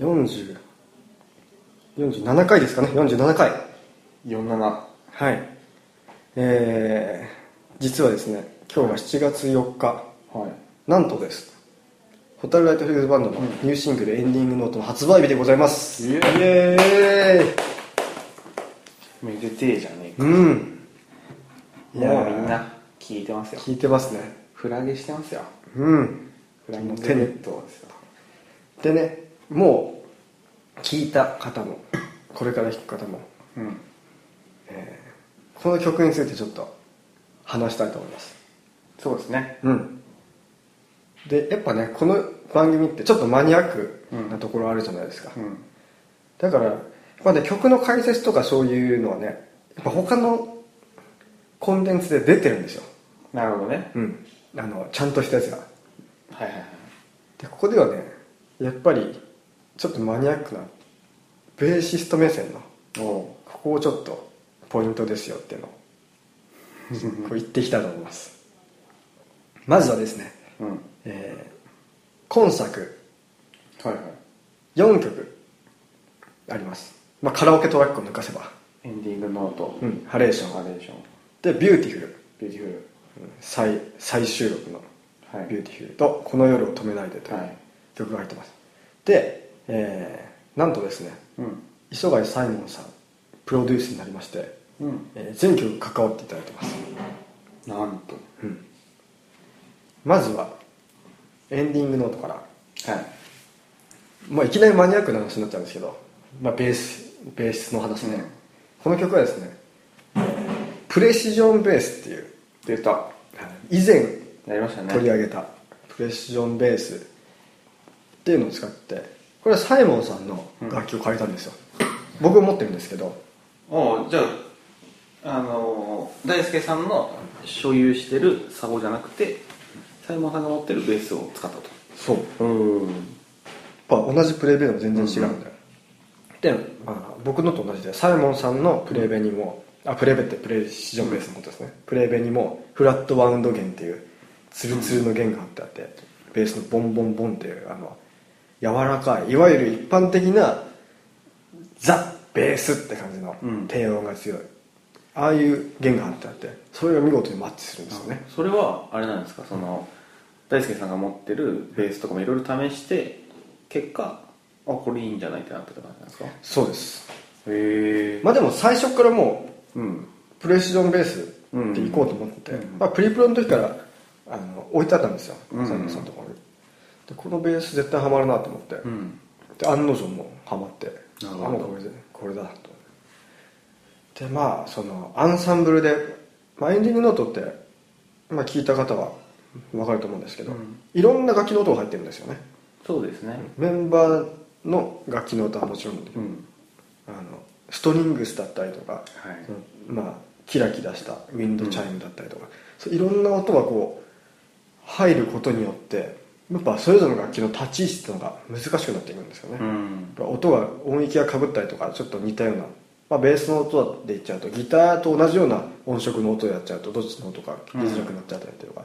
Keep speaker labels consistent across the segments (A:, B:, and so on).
A: 40 47回ですかね47回
B: 47
A: はいえー、実はですね今日が7月4日
B: はい
A: なんとですホタルライトフィールズバンドのニューシングル「エンディングノート」の発売日でございます
B: イエーイ
A: エーイ
B: めでてえじゃねえ
A: うん
B: かもうみんな聞いてますよ
A: 聞いてますね
B: フラゲしてますよ
A: うん
B: フラゲのテネットですよ
A: でねもう聞いた方もこれから弾く方も
B: うん
A: この曲についてちょっと話したいと思います
B: そうですね
A: うんでやっぱねこの番組ってちょっとマニアックなところあるじゃないですか、
B: うん
A: だから、まあね、曲の解説とかそういうのはねやっぱ他のコンテンツで出てるんですよ、
B: なるほどね
A: うん、あのちゃんとしたやつが
B: はいはいはい
A: でここではねやっぱりちょっとマニアックなベーシスト目線の
B: お
A: ここをちょっとポイントですよっていうのをこう言っていきたいと思いますまずはですね、
B: ううんはい
A: えー今作
B: はい
A: 4曲あります、まあ、カラオケトラックを抜かせば
B: エンディングノート
A: うんハレーション
B: ハレーション
A: で「ビューティフル
B: ビューティフ」
A: 再再収録の
B: ルは
A: 「ビュー
B: い
A: ティフル」と「この夜を止めないで」とい
B: は
A: う
B: い
A: 曲が入ってますで、えーなんとですね
B: うん
A: 磯貝サイモンさんプロデュースになりまして、
B: うん
A: えー全曲関わっていただいてます
B: なんと
A: まずはエンディングノートから、
B: はい
A: まあ、いきなりマニアックな話になっちゃうんですけど、まあ、ベースベースの話ね、
B: うん
A: この曲はですねプレシジョンベースっていう
B: 出た
A: 以前
B: やりましたね
A: 取り上げたプレシジョンベースっていうのを使ってこれはサイモンさんの楽器を借りたんですよ、僕持ってるんですけど
B: おうじゃああのー大輔さんの所有してるサゴじゃなくてサイモンさんが持ってるベースを使ったと
A: そう
B: うん
A: やっぱ同じプレイベでも全然違うんだよ、で、まあ、僕のと同じでサイモンさんのプレイベにも、あプレイベってプレイシジョンベースのことですね、プレイベにもフラットワウンド弦っていうツルツルの弦が張ってあって、ベースのボンボンボンっていうあの柔らかいいわゆる一般的なザ・ベースって感じの
B: うん
A: 低音が強い、ああいう弦が張ってあってそれが見事にマッチするんですよね
B: それはあれなんですかその大輔さんが持ってるベースとかもいろいろ試して結果あこれいいんじゃないってなったって感じなんですかへ
A: そうです
B: え
A: まあでも最初からもう
B: うん
A: プレシジョンベースで行こうと思ってて、
B: うん
A: まあ、プリプロの時からあの置いてあったんですよ
B: うん
A: サイモンさんのところにでこのベース絶対ハマるなと思って、
B: うん
A: で案の定もうハマって
B: な
A: あ
B: るほど
A: もうこれでこれだとでまあそのアンサンブルで、まあ、エンディングノートって、まあ、聞いた方は分かると思うんですけど、
B: うん
A: いろんな楽器の音が入ってるんですよね
B: そうですね
A: メンバーの楽器の音はもちろんだけど、
B: うん
A: あのストリングスだったりとか、
B: はい
A: まあ、キラキラしたウィンドチャイムだったりとか、そういろんな音がこう入ることによってやっぱそれぞれの楽器の立ち位置っていうのが難しくなっていくんですよね、
B: う
A: やっ
B: ん
A: ぱ音が音域がかぶったりとかちょっと似たような、まあ、ベースの音で言っちゃうとギターと同じような音色の音でやっちゃうとどっちの音か聞きづらくなっちゃったりとか、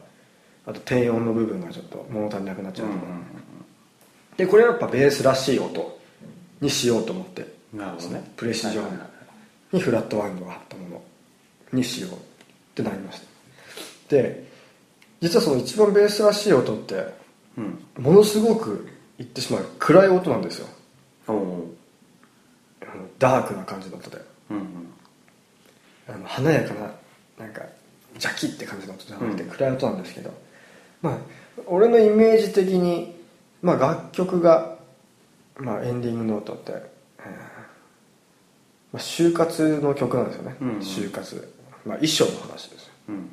A: あと低音の部分がちょっと物足りなくなっちゃうとか、でこれはやっぱベースらしい音にしようと思って
B: なるほどね
A: プレシジョ
B: はいはい
A: ン
B: はい
A: にフラットワインドがあったものにしようってなりましたで実はその一番ベースらしい音って
B: うん
A: ものすごく言ってしまう暗い音なんですよ
B: おう
A: あのダークな感じの音で
B: うんうん
A: あの華やかななんかジャキって感じの音じゃなくて
B: うん
A: 暗い音なんですけど、まあ俺のイメージ的に、まあ、楽曲が、まあ、エンディングノートって、うんまあ、就活の曲なんですよね、
B: うんうん
A: 就活、まあ、衣装の話ですよ
B: うん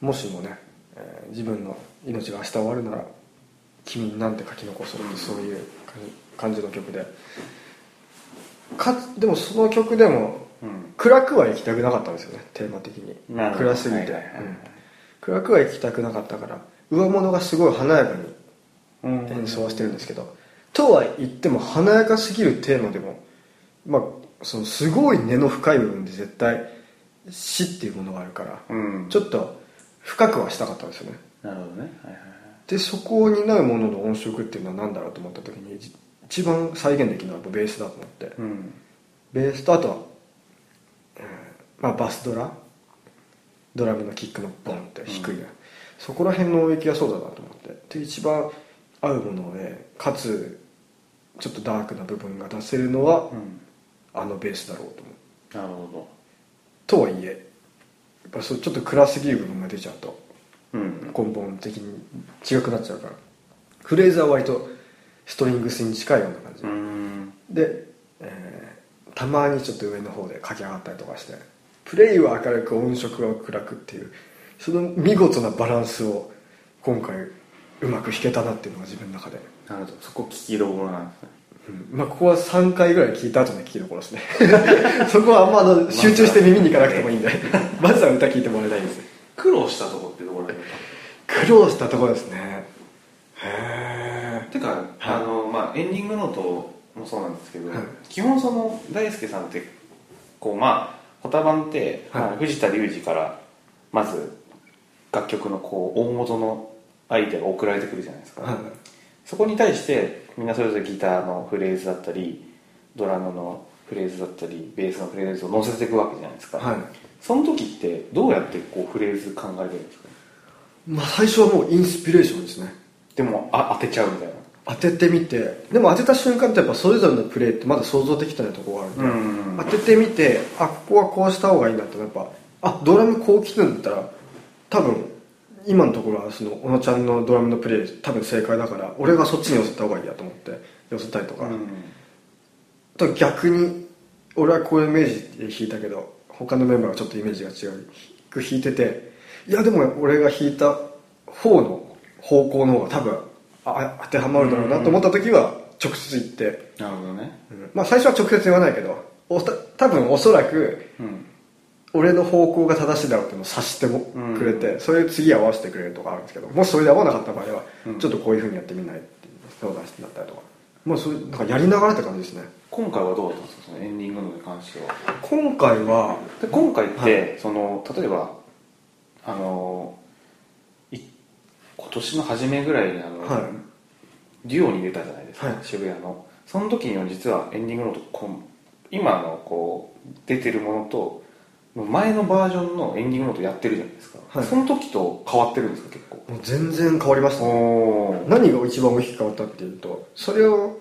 A: もしもね、えー自分の命が明日終わるなら君になんて書き残そうってそういう感じ感じの曲でかつでもその曲でも
B: うん
A: 暗くは行きたくなかったんですよねテーマ的に
B: なるほど
A: 暗すぎて、
B: はいはいはい
A: うん暗くは行きたくなかったから上物がすごい華やかに
B: うん
A: 演奏はしてるんですけど、とは言っても華やかすぎるテーマでも、まあ、そのすごい根の深い部分で絶対死っていうものがあるから、
B: うん
A: ちょっと深くはしたかったんですよね
B: なるほどねはいはいはい
A: でそこになるものの音色っていうのは何だろうと思った時にじ一番再現できるのはやっぱベースだと思って、
B: うん
A: ベースとあとは、うんまあ、バスドラドラムのキックのボンって低い、そこら辺の音域がそうだなと思ってで一番合うものでかつちょっとダークな部分が出せるのは、
B: うん
A: あのベースだろうと思う
B: なるほ
A: とはいえやっぱそうちょっと暗すぎる部分が出ちゃうと
B: どうん
A: 根本的に違くなっちゃうからフレーズは割とストリングスに近いような感じ、
B: うん
A: で、えーたまにちょっと上の方で駆け上がったりとかしてプレイは明るく音色は暗くっていうその見事なバランスを今回うまく弾けたなっていうのが自分の中で、
B: なるほどそこ聞きどころなんですね
A: うんまあ、ここは3回ぐらい聞いた後の聞きどころですね そこはあんまあの集中して耳に行かなくてもいいんでまずは歌聞いてもらいたいです
B: 苦労したとこってどころだよ
A: 苦労したところですねへえ
B: てか、あのまあ、エンディングノートもそうなんですけど、
A: はい
B: 基本その大輔さんってこうまあコタバンって、
A: はい
B: まあ藤田隆二からまず楽曲のこう大元のアイデアが送られてくるじゃないですか、そこに対してみんなそれぞれギターのフレーズだったりドラムのフレーズだったりベースのフレーズを乗せていくわけじゃないですか、
A: はい
B: その時ってどうやってこうフレーズ考えてるんですか
A: まあ最初はもうインスピレーションですね
B: でもあ当てちゃうみたいな
A: 当ててみてでも当てた瞬間ってやっぱそれぞれのプレーってまだ想像できてないところがあるんで、
B: うん
A: 当ててみてあここはこうした方がいいなってやっぱあドラムこう来るんだったら多分今のところはその小野ちゃんのドラムのプレー多分正解だから俺がそっちに寄せた方がいいやと思って寄せたりとか、と逆に俺はこういうイメージで弾いたけど他のメンバーがちょっとイメージが違うく弾いてていやでも俺が弾いた方の方向の方が多分あ当てはまるだろうなと思った時は直接行って、
B: なるほどね
A: うんまあ最初は直接言わないけどおた多分おそらく
B: うん
A: 俺の方向が正しいだろうっていうのを察してもくれて、それで次合わせてくれるとかあるんですけどもしそれで合わなかった場合は、
B: うん
A: ちょっとこういうふうにやってみないって相談してなったりとかもうそういうなんかやりながらって感じですね
B: 今回はどうだったんですかそのエンディングのに関しては
A: 今回は
B: で今回って、
A: は
B: その例えばあのい今年の初めぐらいにあの、
A: はい
B: デュオに出たじゃないですか、
A: はい
B: 渋谷のその時には実はエンディングのとこん今のこう出てるものと前のバージョンのエンディングのとやってるじゃないですか、
A: はい
B: その時と変わってるんですか結構
A: もう全然変わりましたね
B: おー
A: 何が一番大きく変わったっていうとそれを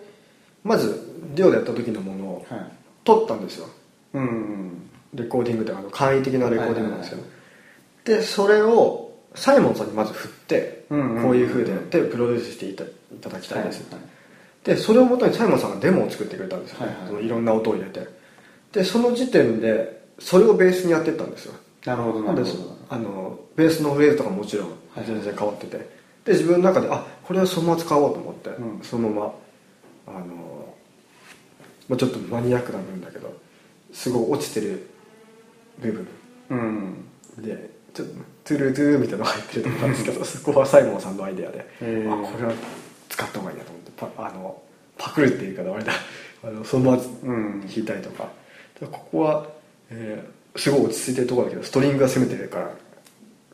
A: まずデュオでやった時のものを
B: はい
A: 撮ったんですよ
B: うん
A: レコーディングってあの簡易的なレコーディングなんですよ、
B: は
A: でそれをサイモンさんにまず振って、
B: うんうん
A: こういう風でやってプロデュースしていたいただきたいです、
B: はい
A: でそれをもとにサイモンさんがデモを作ってくれたんですよ、ね
B: はいはい
A: そのいろんな音を入れてでその時点でそれをベースにやってったんですよ
B: なるほど
A: な
B: なんる
A: で
B: ほ
A: そ
B: ど
A: あのベースのフレーズとかもちろん
B: はい
A: 全然変わってて、で自分の中であこれはそのまま使おうと思って、
B: うん
A: そのままあの、まあ、ちょっとマニアックな部分だけどすごい落ちてる部分
B: うん
A: でちょっとトゥルトゥルみたいなのが入ってるとこなんですけ どそこはサイモンさんのアイデアで、
B: へ
A: あ
B: ー
A: これは使った方がいいなと思ってパあのパクるっていうかあれだ あのそのまま
B: うん
A: 弾いたりとか、ここは、えーすごい落ち着いてるところだけどストリングが攻めてるから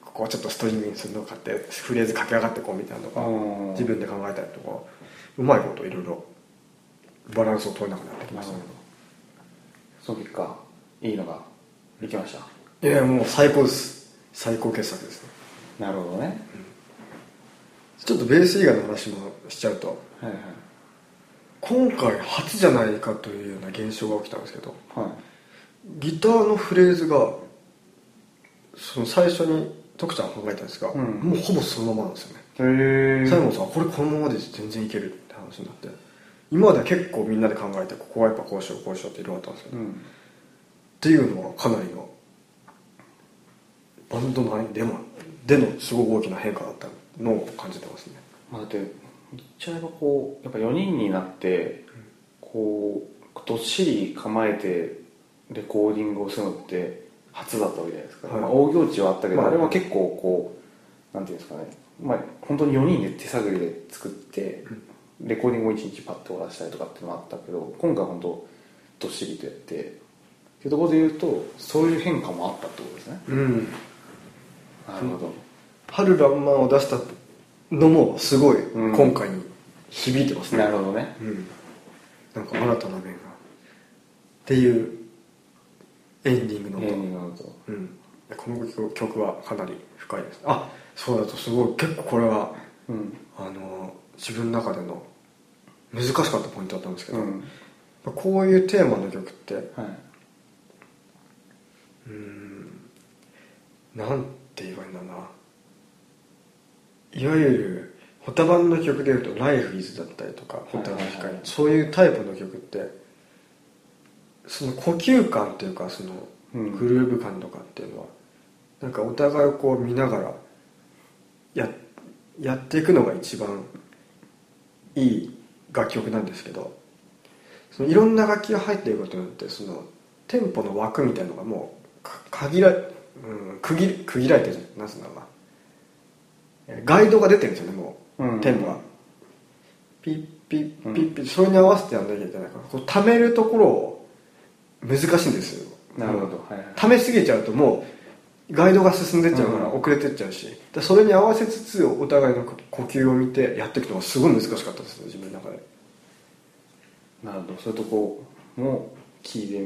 A: ここはちょっとストリングにするのかってフレーズ駆け上がってこうみたいなのとか
B: うん
A: 自分で考えたりとかうまいこといろいろバランスを取れなくなってきましたね
B: その結果いいのができました
A: いやもう最高です最高傑作ですね
B: なるほどね、
A: ちょっとベース以外の話もしちゃうと
B: はいはい
A: 今回初じゃないかというような現象が起きたんですけど
B: は
A: ギターのフレーズがその最初に徳ちゃんが考えたんですが、
B: うん
A: もうほぼそのままなんですよね、
B: いへえ
A: サイモンさんこれこのままで全然いけるって話になって今までは結構みんなで考えてここはやっぱこうしようこうしようっていろいろあったんですけど、
B: う
A: っ
B: ん
A: ていうのはかなりのバンド内でもでのすごく大きな変化だったのを感じてますね
B: まあ、だって言っちゃえばこうやっぱ4人になってこうどっしり構えてレコーディングをするのって初だったわけじゃないですか、
A: はい
B: まあ、大行地はあったけど、
A: まあ
B: あ、れは結構こうなんていうんですかね、まあ、本当に4人で手探りで作ってレコーディングを1日パッと終わらせたりとかっていうのもあったけど今回は本当どっしりとやってっていうところで言うとそういう変化もあったってことですね
A: うん
B: なるほど、
A: 春らんまんを出したのもすごい
B: うん
A: 今回に響いてますね、
B: なるほどね
A: うん、なんか新たな面がっていうエンディングの
B: エンデ
A: 音、
B: ィングの音
A: うん、この曲曲はかなり深いですあそうだとすごい結構これは
B: うん
A: あの自分の中での難しかったポイントだったんですけ
B: う
A: ど、
B: ん
A: こういうテーマの曲って
B: はい
A: うんなんて言えばいいんだろうないわゆるホタバンの曲でいうと「Life is」だったりとか「ホタバンの
B: はいはい
A: 光
B: はい」
A: そういうタイプの曲ってその呼吸感というかその
B: うん
A: グルーヴ感とかっていうのは、なんかお互いをこう見ながらややっていくのが一番いい楽曲なんですけどそのいろんな楽器が入っていることによってそのテンポの枠みたいのがもうか限ら、うん、区切区切られてるなんつうんだろうなえガイドが出てるんですよねもう、
B: うん
A: テンポがピッピッピッピッそれに合わせてやんなきゃいけないからこう溜めるところを難しいんですよ
B: なるほどはいはい
A: 溜めすぎちゃうともうガイドが進んでっちゃうから
B: うん
A: 遅れてっちゃうし、でそれに合わせつつお互いの呼吸を見てやっていくのがすごい難しかったですね自分の中で
B: なるほどそういうとこも聞いて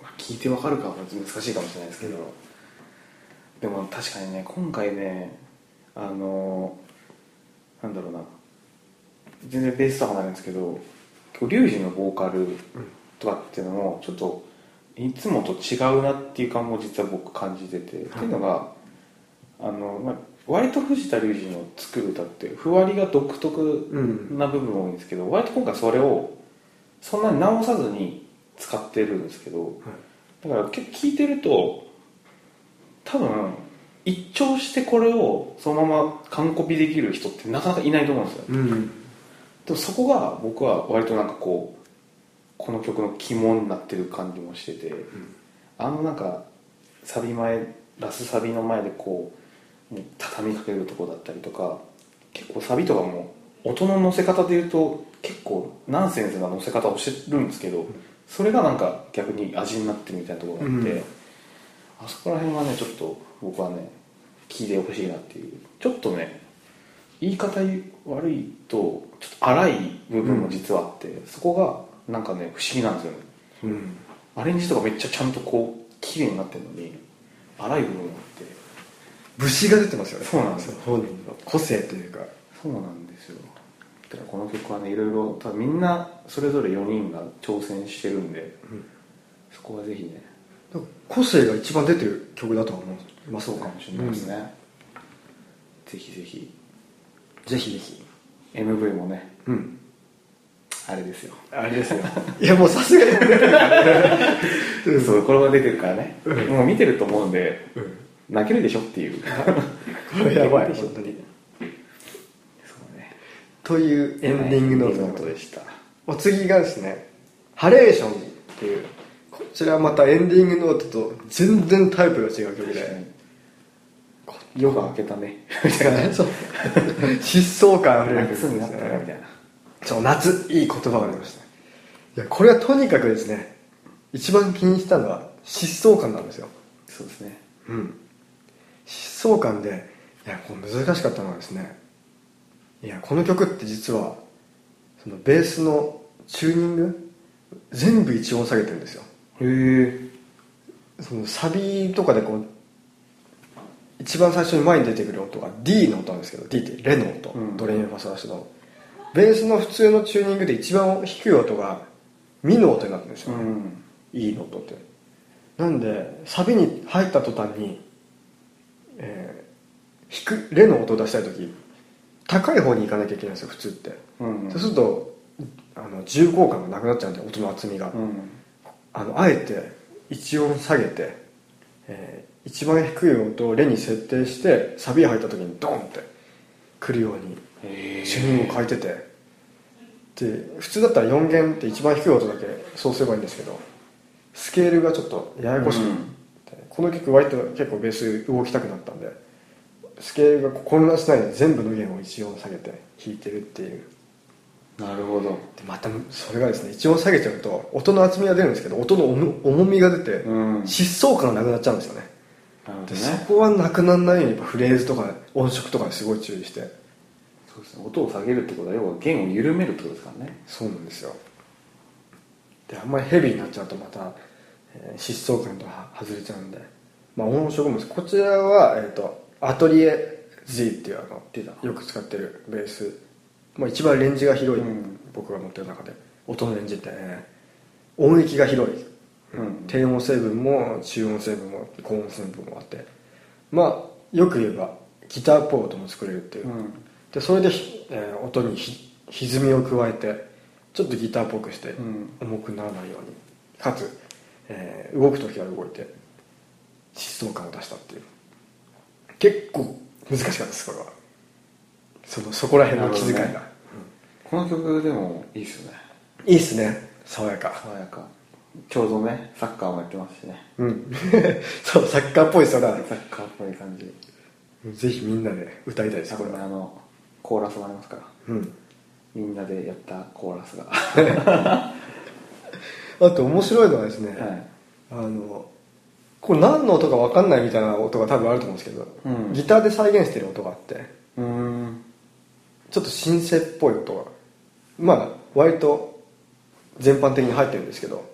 B: まあ聞いてわかるかは難しいかもしれないですけど、でも確かにね今回ねあのなんだろうな全然ベースとかなるんですけど今日リュウジのボーカルとかっていうのもちょっといつもと違うなっていう感も実は僕感じてて、っていうのがあの、まあ、割と藤田リュウジの作る歌ってふわりが独特
A: うん
B: な部分多いんですけど割と今回それをそんなに直さずに使ってるんですけどだから結構聞いてると多分一聴してこれをそのまま完コピできる人ってなかなかいないと思うんですよ
A: うん
B: でもそこが僕は割となんかこうこの曲の肝になってる感じもしてて、あのなんかサビ前ラスサビの前でこうもう畳みかけるとこだったりとか結構サビとかも音の乗せ方で言うと結構ナンセンスな乗せ方をしてるんですけどそれがなんか逆に味になってるみたいなところがあって、
A: うん
B: あそこら辺はねちょっと僕はね聞いてほしいなっていうちょっとね言い方悪いとちょっと荒い部分も実はあって、そこがなんかね不思議なんですよね
A: うん
B: アレンジとかめっちゃちゃんとこう綺麗になってるのに荒い部分があって
A: 節が出てますよね
B: そうなんですよ
A: 本人の個性というか
B: そうなんですよだからこの曲はねいろいろ多分みんなそれぞれ4人が挑戦してるんで、
A: うん
B: そこはぜひね
A: 個性が一番出てる曲だとは思います
B: そうかもしれないですね、ぜひぜひ
A: うんぜひぜひ
B: MV もね
A: うん
B: あれですよ
A: あれですよいやもうさすが に出てるうん
B: そうこれは出てるからね、
A: うん
B: もう見てると思うんで
A: うん
B: 泣けるでしょっていう
A: これやばい
B: 泣けるでしょ
A: 本
B: って
A: 当に
B: そうね
A: というエンディングノートの
B: は
A: こ
B: いエンディングノート
A: と
B: で
A: でし
B: した
A: お次がですね「ハレーション」っていうこちらはまたエンディングノートと全然タイプが違う曲でこ
B: 夜が明けたね
A: そう疾走感あふれる
B: 夏
A: 曲で
B: になっ
A: す
B: たらみた
A: ね
B: いな
A: そう夏いい言葉がありましたいやこれはとにかくですね一番気にしたのは疾走感なんですよ
B: そうですね
A: うん疾走感でいやこう難しかったのはですねいやこの曲って実はそのベースのチューニング全部一音下げてるんですよ
B: へえ
A: そのサビとかでこう一番最初に前に出てくる音が D の音なんですけど D ってレの音、
B: うん
A: ドレミファソラシドのベースの普通のチューニングで一番低い音がミの音になってるんです
B: う
A: よ、ね
B: ん
A: E の音ってなんでサビに入った途端に、えー弾くレの音を出したい時高い方に行かなきゃいけないんですよ普通って、
B: うん
A: そうするとあの重厚感がなくなっちゃうんで音の厚みが、
B: うん
A: あのあえて一音下げて、えー一番低い音をレに設定してサビ入った時にドンってくるように
B: へ
A: 主任を変えててで普通だったら4弦って一番低い音だけそうすればいいんですけどスケールがちょっとややこしくて、
B: うん
A: この曲割と結構ベース動きたくなったんでスケールが混乱しないで全部の弦を一音下げて弾いてるっていう
B: なるほど
A: でまたそれがですね一音下げちゃうと音の厚みが出るんですけど音の重重みが出て、
B: うん
A: 疾走感がなくなっちゃうんですよね
B: なるほ
A: で
B: ど
A: そ
B: ね
A: こはなくならないようにやっぱフレーズとか音色とかにすごい注意して
B: そうですね音を下げるってことは要は弦を緩めるってことですからね
A: そうなんですよであんまりヘビーになっちゃうとまた、えー疾走感とは外れちゃうんでまあ音色もこちらは、えー、とアトリエ G っていうあの
B: 出た
A: よく使ってるベース、まあ、一番レンジが広い、
B: うん
A: 僕が持ってる中で音のレンジってね音域が広い、
B: うん
A: 低音成分も中音成分も高音成分もあってまあよく言えばギターっぽい音も作れるっていう、
B: うん
A: でそれでひ、えー音にひ歪みを加えてちょっとギターっぽくして
B: うん
A: 重くならないようにかつ、えー動く時は動いて疾走感を出したっていう結構難しかったですこれはそのそこら辺の気遣いが、
B: なるほどねこの曲でもいいっすよね
A: いいっすね爽やか
B: 爽やかちょうどねサッカーもやってますしね
A: うん そうサッカーっぽい空
B: サッカーっぽい感じ
A: ぜひみんなで歌いたいです
B: 多
A: これ
B: 分ねあ
A: は
B: のコーラスもありますから
A: うん
B: みんなでやったコーラス がは
A: あと面白いのはですね、
B: い
A: あのこれ何の音か分かんないみたいな音が多分あると思うんですけど、
B: うん
A: ギターで再現してる音があって
B: うーん
A: ちょっとシンセっぽい音がまあ割と全般的に入ってるんですけど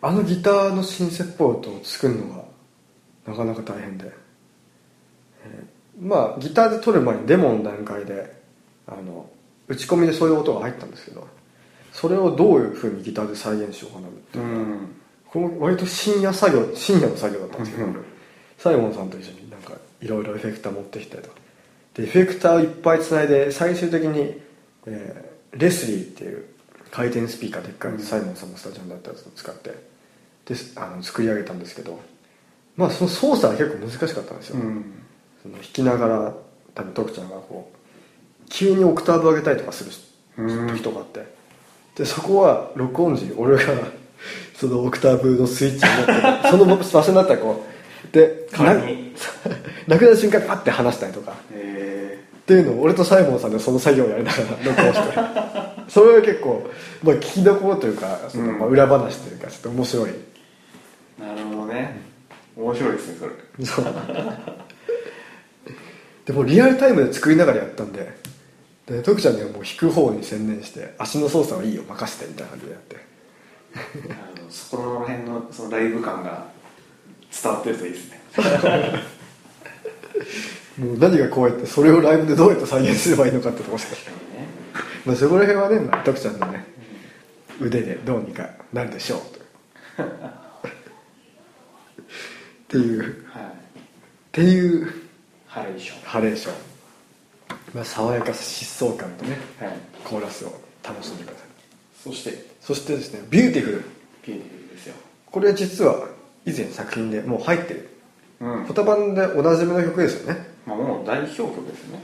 A: あのギターのシンセっぽい音を作るのがなかなか大変で、えーまあギターで撮る前にデモの段階であの打ち込みでそういう音が入ったんですけどそれをどういうふうにギターで再現しようかなみたいな
B: うん
A: この割と深夜作業深夜の作業だったんですけど
B: うん
A: サイモンさんと一緒になんかいろいろエフェクター持ってきたりとかでエフェクターをいっぱいつないで最終的に、えーレスリーっていう回転スピーカーでっかい、
B: うん
A: サイモンさんのスタジオにあったやつを使ってですあの作り上げたんですけどまあその操作は結構難しかったんですよ、
B: うん
A: その弾きながら多分徳ちゃんがこう急にオクターブ上げたりとかする
B: うん
A: 時とかあってでそこは録音時俺が そのオクターブのスイッチになってそ の場所になったらこうで
B: 代わりに
A: な なくなる瞬間にパッて離したりとかっ
B: え
A: ていうのを俺とサイモンさんでその作業をやりながら録音 してそれは結構、まあ、聞きどころというかそのまあ
B: うん
A: 裏話というかちょっと面白い、
B: ー、なるほどね面白いですね
A: そ
B: それ
A: う でもリアルタイムで作りながらやったんでで徳ちゃんにはもう弾く方に専念して足の操作はいいよ任せてみたいな感じでやって
B: あのそこら辺のそのライブ感が伝わってるといいですね
A: もう何が怖いってそれをライブでどうやって再現すればいいのかってとこしか まあそこら辺はねまあ徳ちゃんのね腕でどうにかなるでしょうとっていうっ
B: はい
A: ていう
B: ハレーショ
A: ハレーション、まあ、爽やかさ疾走感とね
B: ンはい
A: コーラスを楽しんでください
B: そして
A: そしてですね「ビューティフル」
B: ピエティですよ
A: これ実は以前作品でもう入ってる
B: うん、ま
A: 歌版でおなじみの曲ですよね、
B: あ、もう代表曲ですね、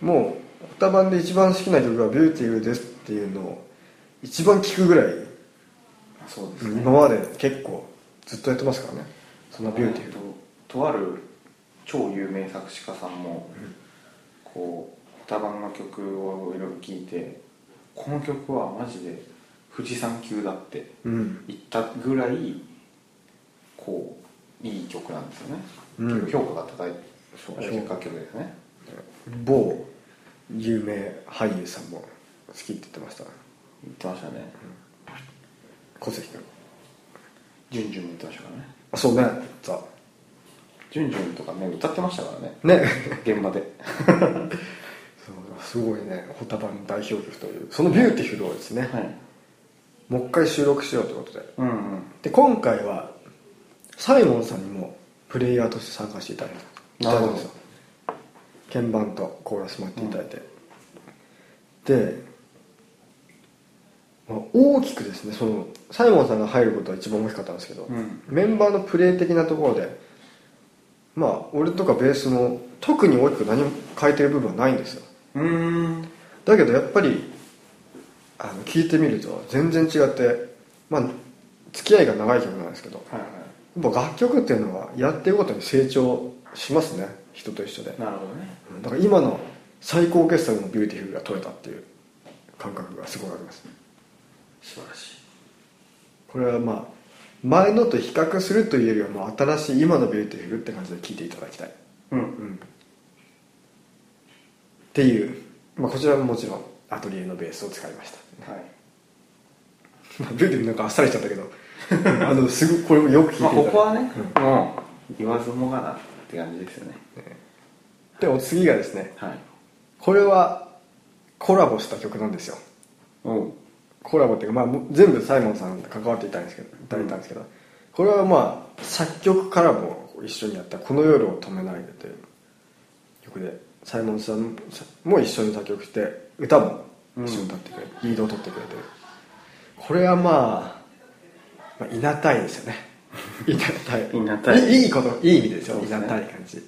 A: もう歌版で一番好きな曲が「ビューティフルです」っていうのを一番聴くぐらい
B: そうですね、
A: 今まで結構ずっとやってますからねその「ビューティフル
B: ととある超有名作詞家さんも、こう歌番の曲をいろいろ聴いてこの曲はマジで富士山級だって」
A: うん
B: 言ったぐらいこういい曲なんですよね、
A: うん
B: 評価が高い
A: そう
B: 評価曲ですね
A: 某有名俳優さんも好きって言ってました
B: 言ってましたね
A: 小関君
B: ジュンジュンも言ってましたからね
A: あそうねザ
B: ジュンジュンとかね歌ってましたからね
A: ね
B: 現場で
A: そうすごいね歌版代表曲というその「ビューティフル」をですね、
B: はい
A: もう一回収録しようということで
B: うんうん
A: で今回はサイモンさんにもプレイヤーとして参加していただいた
B: なるほど
A: いただいたんですよ鍵盤とコーラスもやっていただいて、で、まあ、大きくですねそのサイモンさんが入ることは一番大きかったんですけど、
B: うん
A: メンバーのプレイ的なところでまあ俺とかベースも特に大きく何も変えてる部分はないんですよ
B: うーん
A: だけどやっぱりあの聞いてみると全然違ってまあ付き合いが長い曲なんですけど
B: はいは
A: やっぱ楽曲っていうのはやってることに成長しますね人と一緒で
B: いなるほどね
A: うんだから今の最高傑作のビューティフルが取れたっていう感覚がすごいあります
B: 素晴らしい
A: これはまあ前のと比較するというよりはもう新しい今のビューティフルって感じで聞いていただきたい、
B: うん
A: うん、っていうまあ、こちらももちろんアトリエのベースを使いました
B: はい
A: まあビューティーなんかあっさりしちゃったけど あのすぐこれもよく聞いてい
B: まあ、
A: ただい
B: こ
A: て
B: こはね、
A: うん
B: もう言わずもがなって感じですよね
A: でお次がですね
B: はい
A: これはコラボした曲なんですよ
B: うん
A: コラボっていうか、まあ、もう全部サイモンさんと関わっていたんですけどいただいたんですけど、これはまあ作曲からも一緒にやった「この夜を止めないで」という曲でサイモンさんも一緒に作曲して歌も一緒に歌ってくれて、リードを取ってくれてるこれはまあ、まあ、いなたいですよ ねいなたい
B: いなたい
A: いいこといい意味ですよ
B: そうで
A: い
B: すね
A: なたい感じ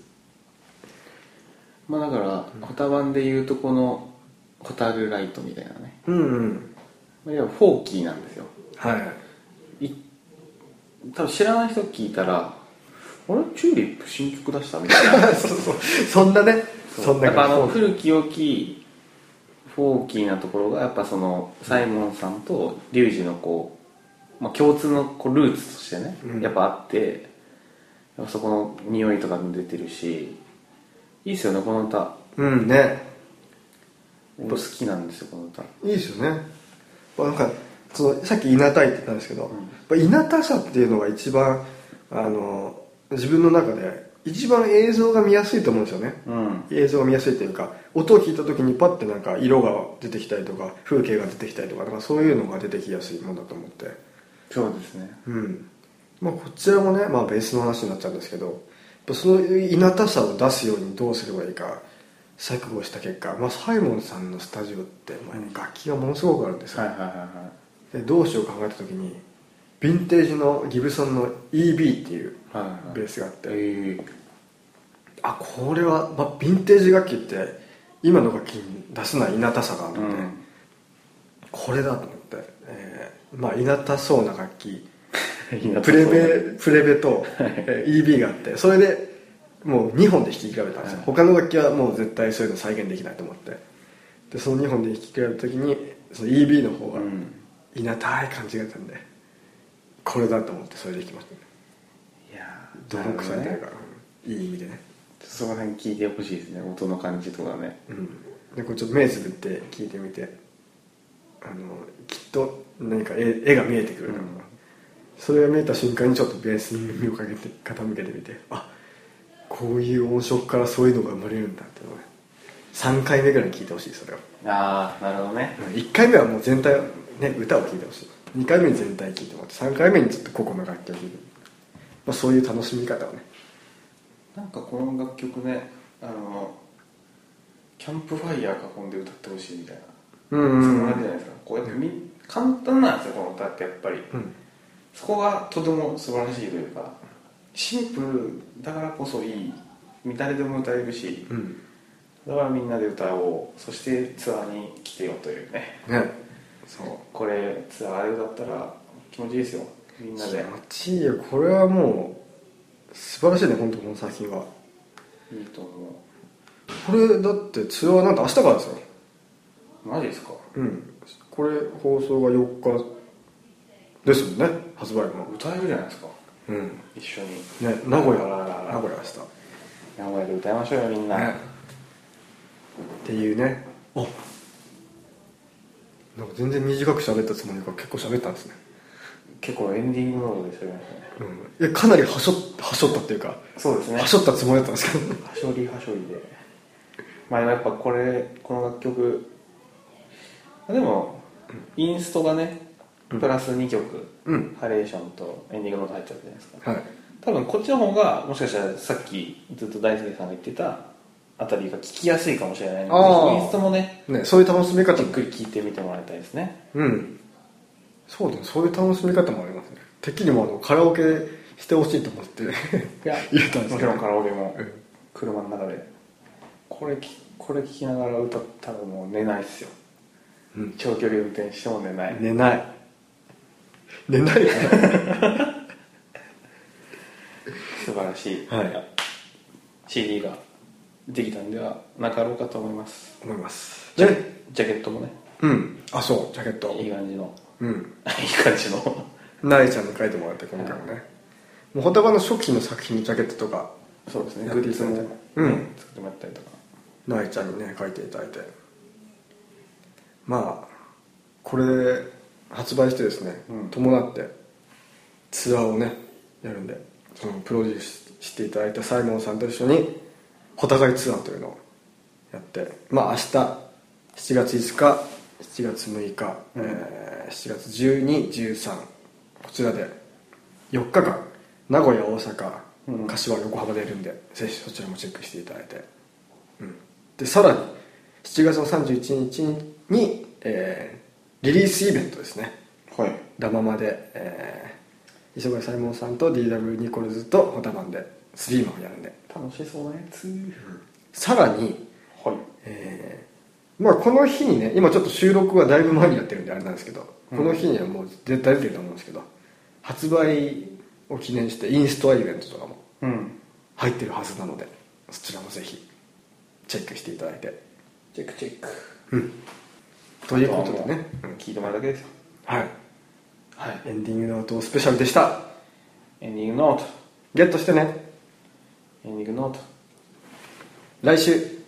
B: まあだからコタ版で言うとこのコタルライトみたいなね
A: うんうん
B: まあ要はフォーキーなんですよ
A: はい
B: い多分知らない人聞いたら「あれチューリップ新曲出した?」みたいな
A: そうそうそんなねそんな
B: やっぱあの
A: 感じ
B: 古き良きフォーキーなところがやっぱそのサイモンさんとリュウジのこう、まあ、共通のこうルーツとしてね、
A: うん
B: やっぱあってやっぱそこの匂いとかも出てるしいいっすよねこの歌
A: うんね
B: 僕好きなんですよこの歌
A: いいですよね、まあ、なんかそのさっき「いなたい」って言ったんですけど、いなたさっていうのが一番あの自分の中で一番映像が見やすいと思うんですよね
B: うん
A: 映像が見やすいというか音を聞いた時にパッてなんか色が出てきたりとか風景が出てきたりとかなんかそういうのが出てきやすいもんだと思って
B: そうですね
A: うんまあこちらもね、まあ、ベースの話になっちゃうんですけどやっぱそういういなたさを出すようにどうすればいいか錯誤した結果、まあ、サイモンさんのスタジオって、まあね楽器がものすごくあるんですよ、
B: はいはいはいは
A: でどうしようか考えた時にヴィンテージのギブソンの EB っていう
B: いはいはい
A: ベースがあって、
B: ええ
A: あこれは、まあ、ヴィンテージ楽器って今の楽器に出せないいなたさがあるので、
B: うん
A: これだと思って、えーまあいなたそうな楽器
B: い いな
A: プレベプレベとえー EB があってそれでもう2本で弾き比べたんですよ、
B: はい
A: 他の楽器はもう絶対そういうの再現できないと思ってでその2本で弾き比べた時にその EB の方
B: う
A: が
B: ん
A: いなたい感じがしたんでこれだと思ってそれでいきましたね
B: いやー
A: 泥臭いと
B: な
A: いう
B: るほ
A: か
B: どね、
A: うんいい意味でね、
B: そこら辺聞いてほしいですね音の感じとかね
A: うん、でこれちょっと目つぶって聞いてみてあのきっと何か絵絵が見えてくると思う
B: うん
A: それが見えた瞬間にちょっとベースに耳をかけて傾けてみてあこういう音色からそういうのが生まれるんだっていうのをね3回目ぐらいに聞いてほしいそれを
B: ああなるほどね
A: 1回目はもう全体をね歌を聴いてほしい2回目に全体聴いてもらって3回目にちょっと個々の楽器を聴いて、まあ、そういう楽しみ方をね
B: なんかこの楽曲ねあのキャンプファイヤー囲んで歌ってほしいみたいな
A: うん
B: そん
A: う
B: なん感じじゃないですかこうやっぱみ簡単なんですよこの歌ってやっぱり
A: うん
B: そこがとても素晴らしいというかシンプルだからこそいい誰でも歌えるし
A: うん
B: だからみんなで歌おうそしてツアーに来てよというね
A: ねそう
B: これツアーで歌ったら気持ちいいですよみんな
A: 気
B: で
A: 持ちいいよこれはもう素晴らしいね本当この作品はい
B: いと思
A: これだってツアーなんて明日からですよ
B: うマジですか
A: うんこれ放送が4日ですもんね発売も
B: 歌えるじゃないですか
A: うんね
B: 一緒に
A: 名古
B: あ
A: 屋
B: らららら
A: 名古屋明
B: 名古屋で歌いましょうよみん
A: 日
B: な、
A: ねっていうねあなんか全然短く喋ったつもりが結構喋ったんですね
B: 結構エンディングモードで喋りましたね
A: うんいやかなりはしょはしょったっていうか
B: そうですね
A: はしょったつもりだったんですけど
B: はしょりはしょりでまあやっぱこれこの楽曲でもインストがねプラス2曲、
A: うん
B: ハレーションとエンディングモード入っちゃうじゃないですか
A: はい
B: 多分こっちの方がもしかしたらさっきずっと大輔さんが言ってたあたりが聞きやすいかもしれないの
A: あー
B: でインストもね
A: ねそういう楽しみ方
B: じっ
A: も
B: くり聞いてみてもらいたいですね
A: うんそうだねそういう楽しみ方もありますねてっきりもうあのカラオケしてほしいと思って
B: いや
A: 言ったんですけ
B: もち
A: ど
B: ろんカラオケも
A: うん
B: 車の中でこれきこれ聞きながら歌ったらもう寝ないっすよ
A: うん
B: 長距離運転しても寝ない、
A: 寝ない寝ないよね
B: 素晴らしい、
A: はい
B: CD ができたんではなかろうかと思います
A: 思います
B: ジャ
A: で
B: ジャケットもね
A: うんあそうジャケット
B: いい感じの
A: うん
B: いい感じの
A: ナリちゃんに書いてもらって今回もね、もうホタバの初期の作品のジャケットとか
B: そうですね
A: やっ
B: グ
A: て
B: ッズも、
A: うん
B: 作ってもらったりとか
A: ナリちゃんにね書いていただいてまあこれ発売してですね、
B: うん
A: 伴ってツアーをねやるんでそのプロデュースしていただいたサイモンさんと一緒にお互いツアーというのをやってまあ明日7月5日7月6日、
B: うん
A: えー7月1213こちらで4日間名古屋大阪、
B: うん
A: 柏横浜でいるんでぜひそちらもチェックしていただいてうんでさらに7月の31日に、えーリリースイベントですね
B: はい
A: ダマまで、えー磯貝サイモンさんと DW ニコルズとホタマンでスリーマンをやるんで
B: 楽しそうなやつ
A: さらに、
B: はい
A: えーまあ、この日にね今ちょっと収録はだいぶ前にやってるんであれなんですけど、
B: うん
A: この日にはもう絶対出てると思うんですけど発売を記念してインストアイベントとかも
B: うん
A: 入ってるはずなのでそちらもぜひチェックしていただいて
B: チェックチェック
A: うんということでね、うん
B: 聞いてもらうだけですよ
A: はい
B: はい
A: エンディングの音スペシャルでした
B: エンディングノート
A: ゲットしてね
B: エンディングノート
A: 来週